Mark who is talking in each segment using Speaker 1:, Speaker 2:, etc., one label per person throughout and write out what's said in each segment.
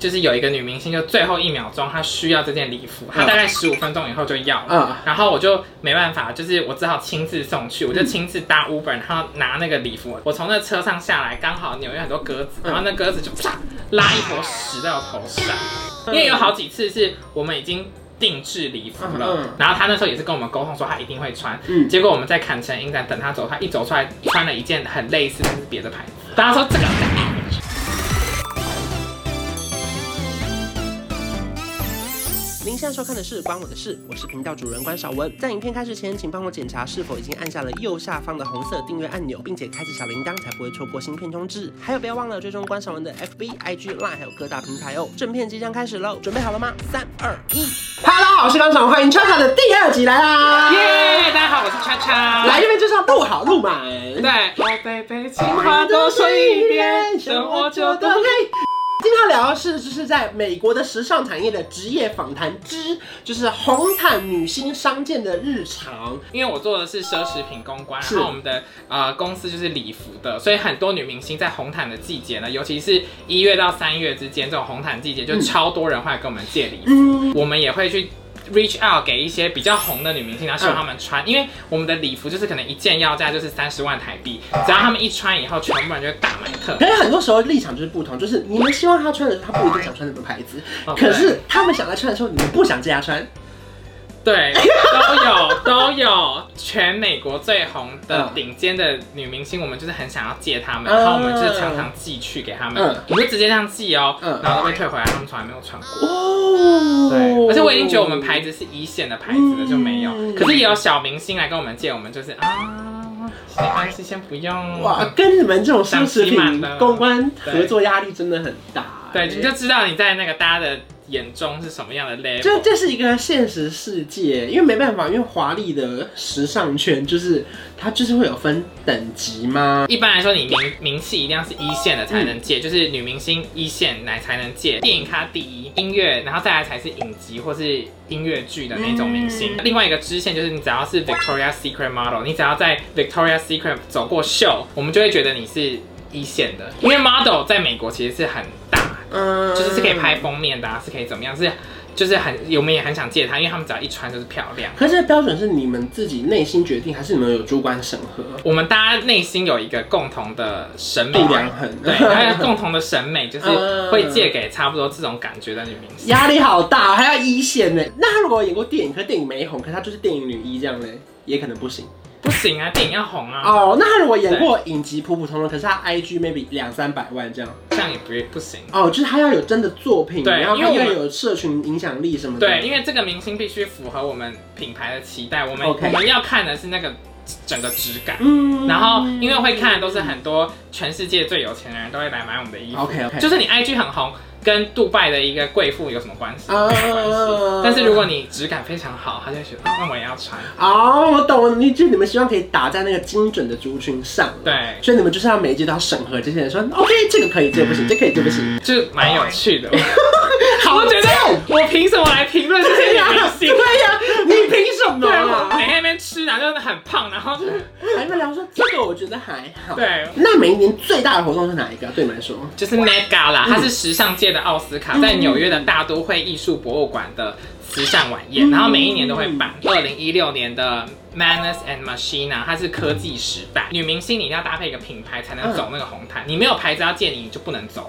Speaker 1: 就是有一个女明星，就最后一秒钟她需要这件礼服，她大概十五分钟以后就要了。
Speaker 2: 嗯，
Speaker 1: 然后我就没办法，就是我只好亲自送去，我就亲自搭 Uber，然后拿那个礼服，我从那车上下来，刚好纽约很多鸽子，
Speaker 2: 嗯
Speaker 1: 然后那鸽子就啪拉一坨屎在我头上，因为有好几次是我们已经定制礼服
Speaker 2: 嗯嗯
Speaker 1: 了，然后他那时候也是跟我们沟通说他一定会穿，
Speaker 2: 嗯
Speaker 1: 结果我们在坎城影展等他走，他一走出来穿了一件很类似但是别的牌子，大家说这个。
Speaker 2: 您现在收看的是《关我的事》，我是频道主人关少文。在影片开始前，请帮我检查是否已经按下了右下方的红色订阅按钮，并且开启小铃铛，才不会错过新片通知。还有，不要忘了追踪关少文的 FB、IG、Line，还有各大平台哦。正片即将开始喽，准备好了吗？三、二、一哈喽，我是关少文，欢迎《穿塔》的第二集来啦！
Speaker 1: 耶！大家好，我是叉叉。
Speaker 2: 来这边就是要录好录满。
Speaker 1: 对，哦，贝贝，情话多说一遍，生活就多。
Speaker 2: 今天要聊的是，就是在美国的时尚产业的职业访谈之，就是红毯女星商见的日常。
Speaker 1: 因为我做的是奢侈品公关，
Speaker 2: 是
Speaker 1: 然后我们的呃公司就是礼服的，所以很多女明星在红毯的季节呢，尤其是一月到三月之间这种红毯季节，就超多人会来跟我们借礼服，
Speaker 2: 嗯，
Speaker 1: 我们也会去。reach out 给一些比较红的女明星，然后希望她们穿，因为我们的礼服就是可能一件要价就是三十万台币，只要她们一穿以后，全部人就会大买特
Speaker 2: 可是很多时候立场就是不同，就是你们希望她穿的时候，她不一定想穿什么牌子，
Speaker 1: 哦
Speaker 2: 可是他们想她穿的时候，你们不想借她穿。
Speaker 1: 对，都有都有，全美国最红的
Speaker 2: 嗯
Speaker 1: 顶尖的女明星，我们就是很想要借她们，
Speaker 2: 嗯
Speaker 1: 然后我们就是常常寄去给她们，
Speaker 2: 嗯
Speaker 1: 我们就直接这样寄哦，
Speaker 2: 嗯
Speaker 1: 然后都被退回来，他们从来没有穿过。
Speaker 2: 哦，
Speaker 1: 对，而且我已经觉得我们牌子是一线的牌子了，就没有
Speaker 2: 嗯。
Speaker 1: 可是也有小明星来跟我们借，我们就是啊，没关系，先不用。
Speaker 2: 哇，跟你们这种奢侈
Speaker 1: 想起
Speaker 2: 品
Speaker 1: 满了
Speaker 2: 公关合作压力真的很大。欸
Speaker 1: 对，你就知道你在那个大家的眼中是什么样的 level。
Speaker 2: 这这是一个现实世界，因为没办法，因为华丽的时尚圈就是它就是会有分等级嘛。
Speaker 1: 一般来说，你名名气一定要是一线的才能借，就是女明星一线来才能借，电影咖第一，音乐，然后再来才是影集或是音乐剧的那种明星。另外一个支线就是你只要是 Victoria Secret model，你只要在 Victoria Secret 走过秀，我们就会觉得你是一线的，因为 model 在美国其实是很大，
Speaker 2: 嗯，
Speaker 1: 就是是可以拍。封面的、啊，是可以怎么样，是就是很我们也很想借她，因为她们只要一穿就是漂亮。
Speaker 2: 可是这个标准是你们自己内心决定，还是你们有主管审核？
Speaker 1: 我们大家内心有一个共同的审美
Speaker 2: 度量衡
Speaker 1: 对，还有共同的审美，就是
Speaker 2: 嗯
Speaker 1: 会借给差不多这种感觉的女明星。
Speaker 2: 压力好大，还要一线呢。那他如果演过电影，可是电影没红，可是他就是电影女一这样嘞，也可能不行。
Speaker 1: 不行啊，电影要红啊，
Speaker 2: 哦，那他如果演过影集普普通通，可是他 IG maybe 两三百万这样。
Speaker 1: 这样也不不行。
Speaker 2: 哦，就是他要有真的作品，
Speaker 1: 对
Speaker 2: 然后
Speaker 1: 因
Speaker 2: 他
Speaker 1: 为我
Speaker 2: 要
Speaker 1: 们
Speaker 2: 有社群影响力什么的。
Speaker 1: 对，因为这个明星必须符合我们品牌的期待，我们
Speaker 2: OK
Speaker 1: 我们要看的是那个整个质感。
Speaker 2: 嗯
Speaker 1: 然后，因为会看的都是很多全世界最有钱的人都会来买我们的衣服，
Speaker 2: OK OK，
Speaker 1: 就是你 IG 很红，跟杜拜的一个贵妇有什么关系？没
Speaker 2: 啊
Speaker 1: 有关系。但是如果你质感非常好，他就会觉得哦那我也要穿。
Speaker 2: 哦，我懂了，你就你们希望可以打在那个精准的族群上，，
Speaker 1: 对，
Speaker 2: 所以你们就是要每一季都要审核这些人说，OK，这个可以，这个
Speaker 1: 嗯
Speaker 2: 不行，这个可以，这个不 行，
Speaker 1: 就蛮有趣 的。
Speaker 2: 好
Speaker 1: 我觉得
Speaker 2: 贱
Speaker 1: 我凭什么来评论这些
Speaker 2: 对呀、啊
Speaker 1: 女明星？
Speaker 2: 对呀、你凭什 么
Speaker 1: 对，我
Speaker 2: 啊？
Speaker 1: 每天在那边吃，然后就是很胖，然 后就是
Speaker 2: 还没聊说这个，我觉得还好。，
Speaker 1: 对，
Speaker 2: 那每一年最大的活动是哪一个啊、对你们来说，
Speaker 1: 就是 Met Gala，它是时尚界的奥斯卡，在纽约的大都会艺术博物馆的慈善晚宴，然后每一年都会办。二零一六年的 Madness and Machina，它是科技时代，女明星你一定要搭配一个品牌才能走那个红毯，你没有牌子要借你，你就不能走，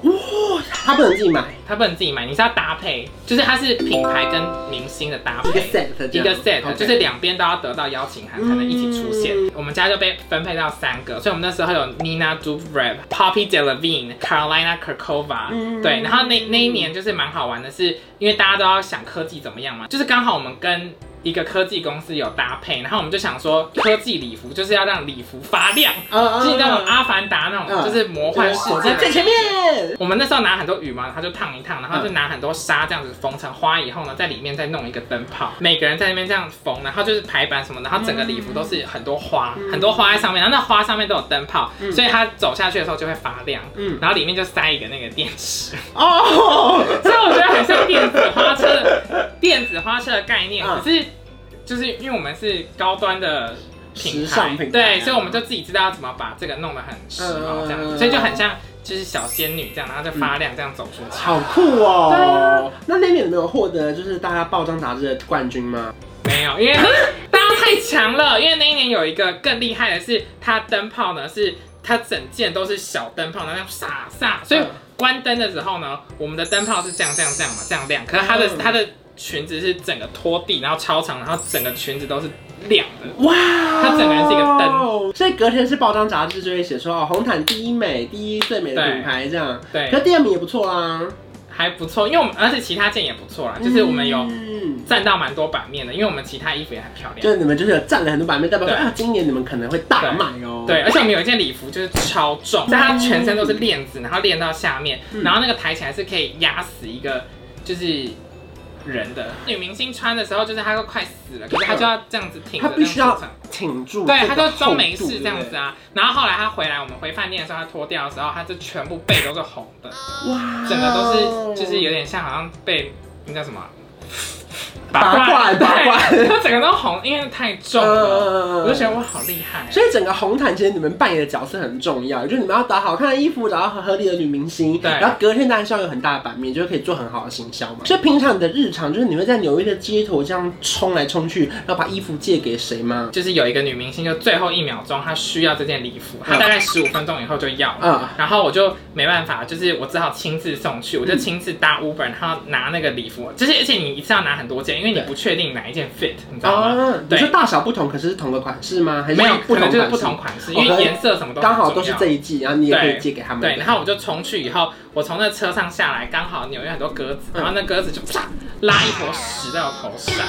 Speaker 2: 他不能自己买
Speaker 1: 它不能自己买，你是要搭配，就是它是品牌跟明星的搭
Speaker 2: 一个
Speaker 1: 配。
Speaker 2: set，这样
Speaker 1: 一个 set，、
Speaker 2: OK 嗯
Speaker 1: 就是两边都要得到邀请函才能一起出现。我们家就被分配到三个，所以我们那时候有 Nina Dobrev、Poppy Delevingne、Carolina Kirkova，、
Speaker 2: 嗯
Speaker 1: 对。然后那那一年就是蛮好玩的是，因为大家都要想科技怎么样嘛，就是刚好我们跟一个科技公司有搭配，然后我们就想说科技礼服就是要让礼服发亮，
Speaker 2: 啊啊
Speaker 1: 就是那种阿凡达那种，
Speaker 2: 嗯
Speaker 1: 就是魔幻世
Speaker 2: 我
Speaker 1: 界
Speaker 2: 在最前面。
Speaker 1: 我们那时候拿很多羽毛，然后就烫一烫，然后就拿很多纱这样子缝成花以后呢，在里面再弄一个灯泡，每个人在那边这样缝，然后就是排版什么的，然后整个礼服都是很多花，很多花在上面，然后那花上面都有灯泡，所以它走下去的时候就会发亮，
Speaker 2: 嗯
Speaker 1: 然后里面就塞一个那个电池，
Speaker 2: 哦，
Speaker 1: 所以我觉得很像电子花车的电子花车的概念，
Speaker 2: 嗯
Speaker 1: 可是就是因为我们是高端的。品
Speaker 2: 时
Speaker 1: 牌
Speaker 2: 尚品牌啊
Speaker 1: 对，所以我们就自己知道要怎么把这个弄得很时髦，这样
Speaker 2: 嗯
Speaker 1: 子，所以就很像就是小仙女这样，然后就发亮这样走出去。
Speaker 2: 好酷哦！那那年有没有获得就是大家报章杂志的冠军吗？
Speaker 1: 没有，因为那大家太强了。因为那一年有一个更厉害的是，它灯泡呢是它整件都是小灯泡，然后这样撒撒，所以
Speaker 2: 嗯
Speaker 1: 关灯的时候呢，我们的灯泡是这样这样这样嘛，这样亮。可是它的
Speaker 2: 嗯
Speaker 1: 它的裙子是整个拖地，然后超长，然后整个裙子都是亮的。
Speaker 2: 哇，
Speaker 1: 它整个人是一个
Speaker 2: 灯，所以隔天是报章杂志就会写说哦，红毯第一美，第一最美的品牌这样。
Speaker 1: 对
Speaker 2: 可，第二名也不错啊啦，
Speaker 1: 还不错，因为我们而且其他件也不错啦，就是我们有
Speaker 2: 嗯，
Speaker 1: 占到蛮多版面的，因为我们其他衣服也很漂亮。
Speaker 2: 就是你们就是有占了很多版面，代表说
Speaker 1: 对
Speaker 2: 啊，今年你们可能会大卖哦。
Speaker 1: 对，，而且我们有一件礼服就是超重，所以它全身都是链子，然后链到下面，
Speaker 2: 嗯
Speaker 1: 然后那个抬起来是可以压死一个就是人的。女明星穿的时候，就是她都快死了，可是她就要这样子挺着，
Speaker 2: 她必须要
Speaker 1: 这样子
Speaker 2: 挺住。
Speaker 1: 对，她就装没事这样子。啊。然后后来她回来，我们回饭店的时候，她脱掉的时候，她就全部背都是红的，
Speaker 2: 哇，
Speaker 1: 整个都是就是有点像好像被那叫什么啊
Speaker 2: 拔罐拔罐
Speaker 1: 对她整个都红，因为太
Speaker 2: 嗯
Speaker 1: 重了。啊我就觉得哇，好厉害！啊
Speaker 2: 所以整个红毯其实你们扮演的角色很重要，就是你们要找好看的衣服，找到合理的女明星，
Speaker 1: 对
Speaker 2: 然后隔天当然是要有很大的版面，就是可以做很好的行销嘛。所以平常你的日常就是你会在纽约的街头这样冲来冲去，然后把衣服借给谁吗？
Speaker 1: 就是有一个女明星，就最后一秒钟她需要这件礼服，
Speaker 2: 嗯
Speaker 1: 她大概十五分钟以后就要了。
Speaker 2: 啊、
Speaker 1: 然后我就没办法，就是我只好亲自送去，我就亲自搭 Uber，然后拿那个礼服，就是而且你一次要拿很多件，因为你
Speaker 2: 对
Speaker 1: 不确定哪一件 fit，你知道吗？
Speaker 2: 啊，你
Speaker 1: 对
Speaker 2: 说大小不同，可是是同个款式吗？还是
Speaker 1: 没有，
Speaker 2: 不
Speaker 1: 可
Speaker 2: 同
Speaker 1: 能就是
Speaker 2: 款
Speaker 1: 不
Speaker 2: 式
Speaker 1: 同？款式，
Speaker 2: 哦
Speaker 1: 因
Speaker 2: 可
Speaker 1: 为
Speaker 2: 以
Speaker 1: 颜色什么都
Speaker 2: 刚好都是这
Speaker 1: 一。
Speaker 2: 一季，然后你也可以
Speaker 1: 对
Speaker 2: 借给他们。
Speaker 1: 对，然后我就冲去以后，我从那车上下来，刚好纽约很多鸽子，
Speaker 2: 嗯
Speaker 1: 然后那鸽子就啪拉一坨屎在我头上，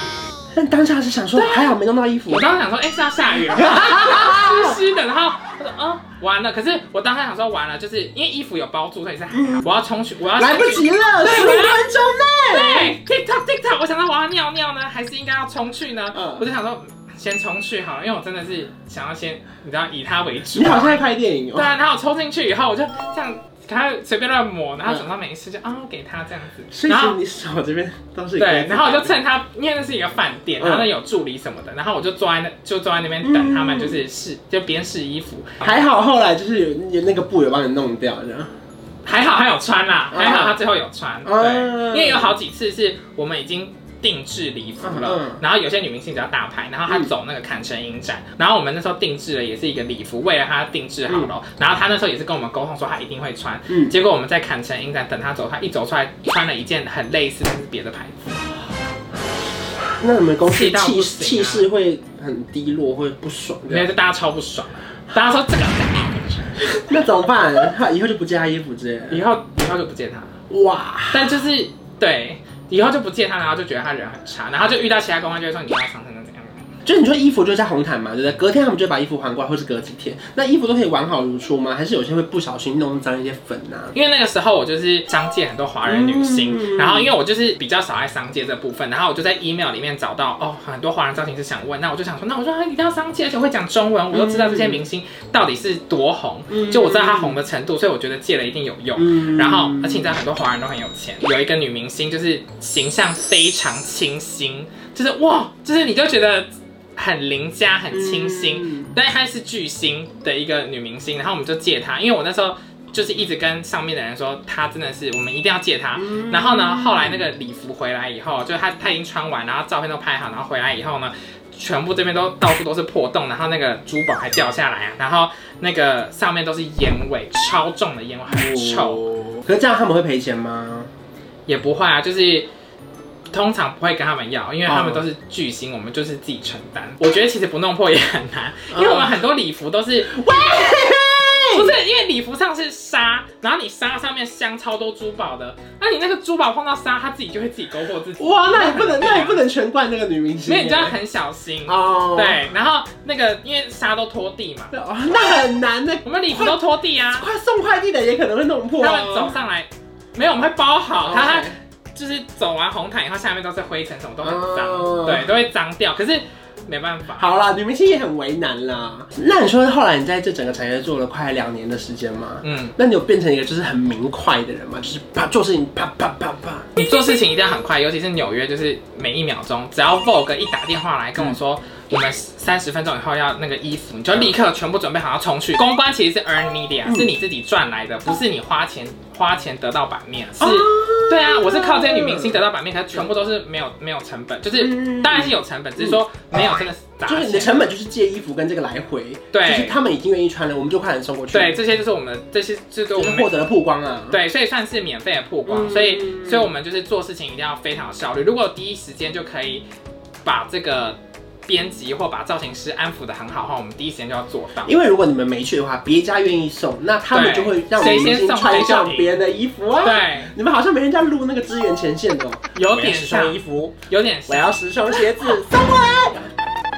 Speaker 2: 但当下是想说，还好没弄到衣服
Speaker 1: 我。当时想说，哎、是要下雨了吗，啊湿湿的，然后我说，嗯，完了。可是我当时想说，完了，就是因为衣服有包住，所以是还好。我要冲去，我要
Speaker 2: 来不
Speaker 1: 冲去。
Speaker 2: 及了，
Speaker 1: 对
Speaker 2: 十五
Speaker 1: 我要
Speaker 2: 分钟内。
Speaker 1: 对，TikTok TikTok，我想到我要尿尿呢，还是应该要冲去呢？
Speaker 2: 嗯
Speaker 1: 我就想说，先冲去好了，因为我真的是想要先，你知道，以它为主
Speaker 2: 你。好像在拍电影
Speaker 1: 对
Speaker 2: 哦。
Speaker 1: 啊，然后我冲进去以后，我就这样，给它随便乱抹，然后手上没事就啊、给它这样子。
Speaker 2: 所以
Speaker 1: 然
Speaker 2: 其实
Speaker 1: 后
Speaker 2: 你手这边都是
Speaker 1: 对，然后我就
Speaker 2: 趁。
Speaker 1: 趁他，因为那是一个饭店，
Speaker 2: 嗯
Speaker 1: 然后那有助理什么的，然后我就坐在那，就坐在那边等他们，
Speaker 2: 嗯
Speaker 1: 就是试，就边试衣服，
Speaker 2: 还好后来就是有那个布有帮你弄掉这样。
Speaker 1: 还好还有穿啦，
Speaker 2: 嗯
Speaker 1: 还好他最后有穿，
Speaker 2: 嗯
Speaker 1: 对，因为有好几次是我们已经。定制礼服
Speaker 2: 嗯嗯
Speaker 1: 了，然后有些女明星比较大牌，然后她走那个坎城影展，然后我们那时候定制了也是一个礼服，为了她定制好了，然后她那时候也是跟我们沟通说她一定会穿，
Speaker 2: 嗯，
Speaker 1: 结果我们在坎城影展等她走，她一走出来穿了一件很类似但是别的牌子，
Speaker 2: 那你们公司
Speaker 1: 气到
Speaker 2: 气
Speaker 1: 不行啊
Speaker 2: 气势会很低落，会不爽这
Speaker 1: 那
Speaker 2: 样。
Speaker 1: 就大家超不爽，大家说这个
Speaker 2: 那怎么办？他以后就不加衣服之类的。
Speaker 1: 以后以后就不见他，
Speaker 2: 哇，
Speaker 1: 但就是对，以后就不见他，然后就觉得他人很差，然后就遇到其他公关就会说你跟他上升成怎样。
Speaker 2: 就是你说衣服就在红毯嘛，对不对？隔天他们就会把衣服还过来，或是隔几天，那衣服都可以完好如初吗？还是有些会不小心弄脏一些粉啊？
Speaker 1: 因为那个时候我就是商界很多华人女星，
Speaker 2: 嗯
Speaker 1: 然后因为我就是比较少爱商界这部分，然后我就在 email 里面找到哦很多华人造型师想问，那我就想说，那我说啊一定要商界，而且会讲中文，我都知道这些明星到底是多红，
Speaker 2: 嗯
Speaker 1: 就我知道他红的程度，所以我觉得借了一定有用。
Speaker 2: 嗯
Speaker 1: 然后，而且你知道很多华人都很有钱，有一个女明星就是形象非常清新，就是哇，就是你就觉得很邻家、很清新，
Speaker 2: 嗯
Speaker 1: 但是她是巨星的一个女明星，然后我们就借她，因为我那时候就是一直跟上面的人说，她真的是我们一定要借她。然后呢，后来那个礼服回来以后，就是她她已经穿完，然后照片都拍好，然后回来以后呢，全部这边都到处都是破洞，然后那个珠宝还掉下来啊，然后那个上面都是烟味，超重的烟味，很臭。
Speaker 2: 哦可是这样他们会赔钱吗？
Speaker 1: 也不会啊，就是通常不会跟他们要，因为他们都是巨星，我们就是自己承担。我觉得其实不弄破也很难，因为我们很多礼服都是 喂，不是因为礼服上是纱，然后你纱上面镶超多珠宝的，那你那个珠宝碰到纱，它自己就会自己勾破自己。
Speaker 2: 哇，那也不能，那也不能全怪那个女明星。
Speaker 1: 所以你就要很小心。
Speaker 2: 哦，
Speaker 1: 对，然后那个因为纱都拖地嘛，
Speaker 2: 哦，那很难的。
Speaker 1: 我们礼服都拖地啊，
Speaker 2: 快送快递的也可能会哦弄破、
Speaker 1: 他
Speaker 2: 啊。
Speaker 1: 们走上来。没有，我们会包好，他他
Speaker 2: OK
Speaker 1: 就是走完红毯以后，下面都是灰尘，什么都很脏，
Speaker 2: 哦
Speaker 1: 对，都会脏掉。可是没办法，
Speaker 2: 好啦，女明星也很为难啦。那你说后来你在这整个产业做了快两年的时间吗？
Speaker 1: 嗯，
Speaker 2: 那你有变成一个就是很明快的人吗？就是啪做事情啪啪啪啪。
Speaker 1: 你做事情一定要很快，尤其是纽约，就是每一秒钟，只要 Vogue 一打电话来跟我说，我们三十分钟以后要那个衣服，你就立刻全部准备好要冲去。公关其实是 earn media，、是
Speaker 2: 嗯
Speaker 1: 你自己赚来的，不是你花钱花钱得到版面，是。对啊，我是靠这些女明星得到版面，可是全部都是没有没有成本，就是
Speaker 2: 哦嗯
Speaker 1: 当然是有成本，只是说没有真的砸
Speaker 2: 就是你的
Speaker 1: 钱。
Speaker 2: 成本就是借衣服跟这个来回，
Speaker 1: 对
Speaker 2: 就是他们已经愿意穿了，我们就快点送过去，
Speaker 1: 对，，这些就是我们这些就是我
Speaker 2: 就是
Speaker 1: 们
Speaker 2: 获得了曝光啊，，
Speaker 1: 对，所以算是免费的曝光，
Speaker 2: 嗯
Speaker 1: 所以所以我们就是做事情一定要非常有效率。如果第一时间就可以把这个编辑或把造型师安抚的很好的话，我们第一时间就要做到。
Speaker 2: 因为如果你们没去的话，别家愿意送，那他们
Speaker 1: 对
Speaker 2: 就会让我
Speaker 1: 谁
Speaker 2: 们
Speaker 1: 先
Speaker 2: 先
Speaker 1: 送
Speaker 2: 穿
Speaker 1: 谁就
Speaker 2: 上
Speaker 1: 赢
Speaker 2: 别人的衣服啊，，
Speaker 1: 对，
Speaker 2: 你们好像没人家录那个支援前线的哦，
Speaker 1: 有
Speaker 2: 我要
Speaker 1: 点
Speaker 2: 十双
Speaker 1: 像
Speaker 2: 衣，服，
Speaker 1: 有点
Speaker 2: 我
Speaker 1: 像，
Speaker 2: 要十双鞋子，送我来。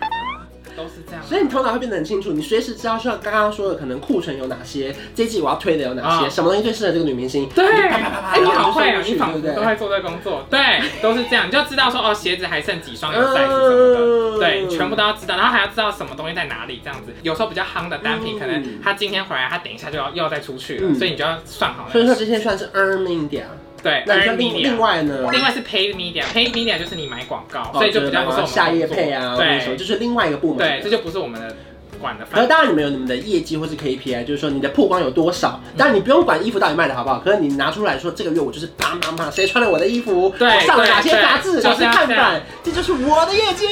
Speaker 1: 都是这样。
Speaker 2: 所以你头脑会变得很清楚，你随时知道像刚刚说的，可能库存有哪些，这一季我要推的有哪些，
Speaker 1: 啊
Speaker 2: 什么东西最适合这个女明星。
Speaker 1: 对，
Speaker 2: 啪啪啪啪
Speaker 1: 哎，你好会啊！你
Speaker 2: 然
Speaker 1: 仿
Speaker 2: 后
Speaker 1: 佛
Speaker 2: 就送过去对不对
Speaker 1: 都会做这个工作，对， 都是这样，你就知道说哦，鞋子还剩几双有 size 什么的。
Speaker 2: 嗯
Speaker 1: 对，你全部都要知道，然后还要知道什么东西在哪里，这样子。有时候比较夯的单品，
Speaker 2: 嗯
Speaker 1: 可能他今天回来，他等一下就要又要再出去了，
Speaker 2: 嗯
Speaker 1: 所以你就要算好
Speaker 2: 所以
Speaker 1: 那个
Speaker 2: 说这
Speaker 1: 时。
Speaker 2: 些算是 earn media，
Speaker 1: 对，
Speaker 2: 那你
Speaker 1: earned
Speaker 2: 像另
Speaker 1: media
Speaker 2: 另外呢？
Speaker 1: 另外是 paid media，paid media 就是你买广告，
Speaker 2: 哦
Speaker 1: 所以就比较不是我们的工作
Speaker 2: 下夜配啊，或者什么，
Speaker 1: 对
Speaker 2: 就是另外一个部门。
Speaker 1: 对，这。就不是我们的管的
Speaker 2: 可
Speaker 1: 范
Speaker 2: 是
Speaker 1: 围。
Speaker 2: 当然你们有你们的业绩或是 KPI，就是说你的曝光有多少，
Speaker 1: 嗯
Speaker 2: 但你不用管衣服到底卖的好不好，可是你拿出来说这个月我就是砰砰砰，谁穿了我的衣服，
Speaker 1: 对
Speaker 2: 我上了哪些
Speaker 1: 对
Speaker 2: 杂志，
Speaker 1: 对
Speaker 2: 哪
Speaker 1: 就
Speaker 2: 些看
Speaker 1: 是要这
Speaker 2: 板，这就是我的 业绩。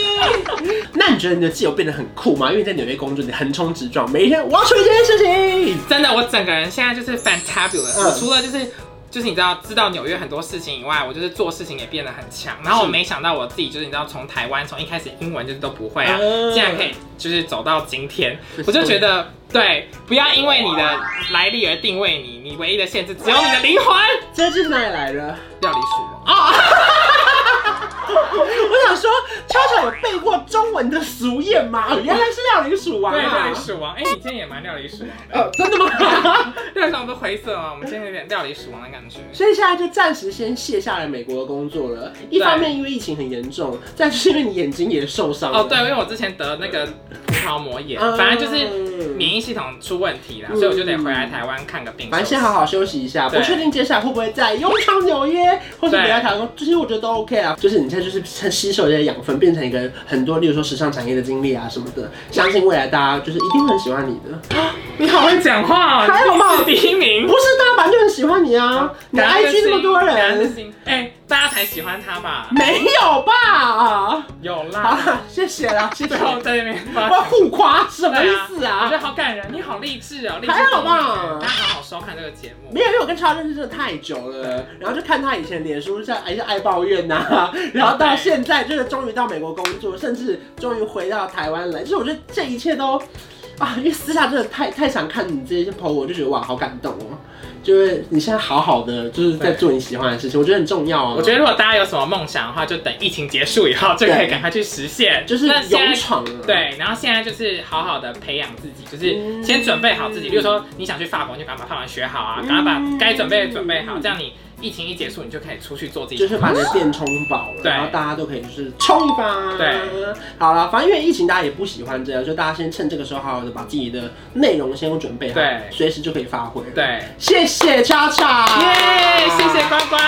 Speaker 2: 那你觉得你的自由变得很酷吗？因为你在纽约工作，你横冲直撞，每一天我要处理这件事情。
Speaker 1: 真的，我整个人现在就是 fantabulous，、
Speaker 2: 嗯
Speaker 1: 我除了就是。就是你知道知道纽约很多事情以外，我就是做事情也变得很强。然后我
Speaker 2: 是
Speaker 1: 没想到我自己就是你知道从台湾从一开始英文就是都不会啊，
Speaker 2: 嗯
Speaker 1: 竟然可以就是走到今天，我就觉得对，不要因为你的来历而定位你，你唯一的限制只有你的灵魂。
Speaker 2: 这句哪里来的？
Speaker 1: 料理鼠王啊，
Speaker 2: 我想说，悄悄有背过中文的俗谚吗？原来是料理鼠王
Speaker 1: 对，料理
Speaker 2: 啊！
Speaker 1: 鼠王，哎、你今天也蛮料理鼠王的。
Speaker 2: 呃，真的吗？
Speaker 1: 料理上不是灰色吗？我们今天有点料理鼠王的感觉。
Speaker 2: 所以现在就暂时先卸下来美国的工作了。一方面因为疫情很严重，再就是因为你眼睛也受伤了
Speaker 1: 哦，对，因为我之前得那个葡萄膜炎，
Speaker 2: 嗯
Speaker 1: 反正就是免疫系统出问题啦，
Speaker 2: 嗯
Speaker 1: 所以我就得回来台湾看个病。
Speaker 2: 反正先好好休息一下，
Speaker 1: 对
Speaker 2: 不确定接下来会不会在悠长纽约或者
Speaker 1: 对
Speaker 2: 北亚台湾，这些我觉得都 OK 啊。就是你现在就是吸收这些养分，变成一个很多，例如说时尚产业的经历啊什么的，相信未来大家就是一定会很喜欢你的。
Speaker 1: 你好会讲话哦，
Speaker 2: 还好吧
Speaker 1: 你是第一名
Speaker 2: 不。是大家本来就很喜欢你啊，你的 IG 那么多
Speaker 1: 感恩的
Speaker 2: 人，
Speaker 1: 心，哎、大家才喜欢他吧？
Speaker 2: 没有吧？
Speaker 1: 有
Speaker 2: 好
Speaker 1: 啦，
Speaker 2: 了，谢谢啦，谢谢
Speaker 1: 最。后在那边发
Speaker 2: 我互夸什么意思
Speaker 1: 我觉
Speaker 2: 啊
Speaker 1: 得？好感人，你好励志哦，励志
Speaker 2: 还好吧
Speaker 1: 动人大家好好收看这个节目。
Speaker 2: 没有，因为我跟超认识真的太久了，然后就看他以前脸书上还是爱抱怨呐、 然后到现在就是终于到美国工作，甚至终于回到台湾来，就是我觉得这一切都啊，因为私下真的太太常看你这些 PO，我就觉得哇，好感动哦。就是你现在好好的，就是在做你喜欢的事情，我觉得很重要啊。
Speaker 1: 我觉得如果大家有什么梦想的话，就等疫情结束以后就可以赶快去实现。
Speaker 2: 就是
Speaker 1: 那现
Speaker 2: 勇
Speaker 1: 在
Speaker 2: 闯啊了，，
Speaker 1: 对，然后现在就是好好的培养自己，就是
Speaker 2: 嗯
Speaker 1: 先准备好自己。比如说你想去法国，你就赶快把法文学好啊，赶快
Speaker 2: 嗯
Speaker 1: 把该准备的准备好，这样你疫情一结束，你就可以出去做自己。
Speaker 2: 就是把你的店充饱了，
Speaker 1: 啊对
Speaker 2: 然后大家都可以就是冲一把。
Speaker 1: 对，
Speaker 2: 好了，反正因为疫情大家也不喜欢这样，就大家先趁这个时候好好的把自己的内容先准备好，
Speaker 1: 对
Speaker 2: 随时就可以发挥。，
Speaker 1: 对，
Speaker 2: 谢谢叉叉，
Speaker 1: 耶！谢谢关关，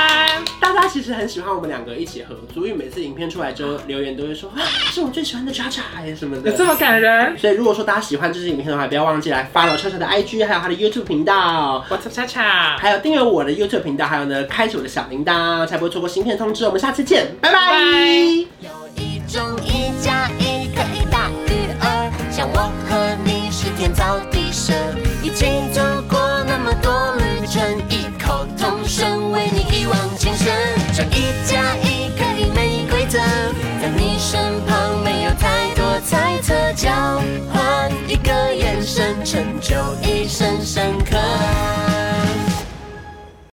Speaker 2: 大家其实很喜欢我们两个一起合作，因为每次影片出来之后，留言都会说啊，是我最喜欢的叉叉呀什么
Speaker 1: 有这
Speaker 2: 的。
Speaker 1: 么感人。
Speaker 2: 所以如果说大家喜欢这支影片的话，不要忘记来 follow 叉叉的 IG，还有他的 YouTube 频道。
Speaker 1: 我是恰恰，
Speaker 2: 还有订阅我的 YouTube 频道，还有呢开启我的小铃铛，才不会错过新片通知。我们下次见，拜拜。
Speaker 1: 拜
Speaker 3: 有一种一加一可以大于二，像我和你是天造地设，一起走过那么多旅程，异口同声为你一往情深。这一加一可以没规则，在你身旁没有太多猜测，交换一个眼神，成就一生深刻。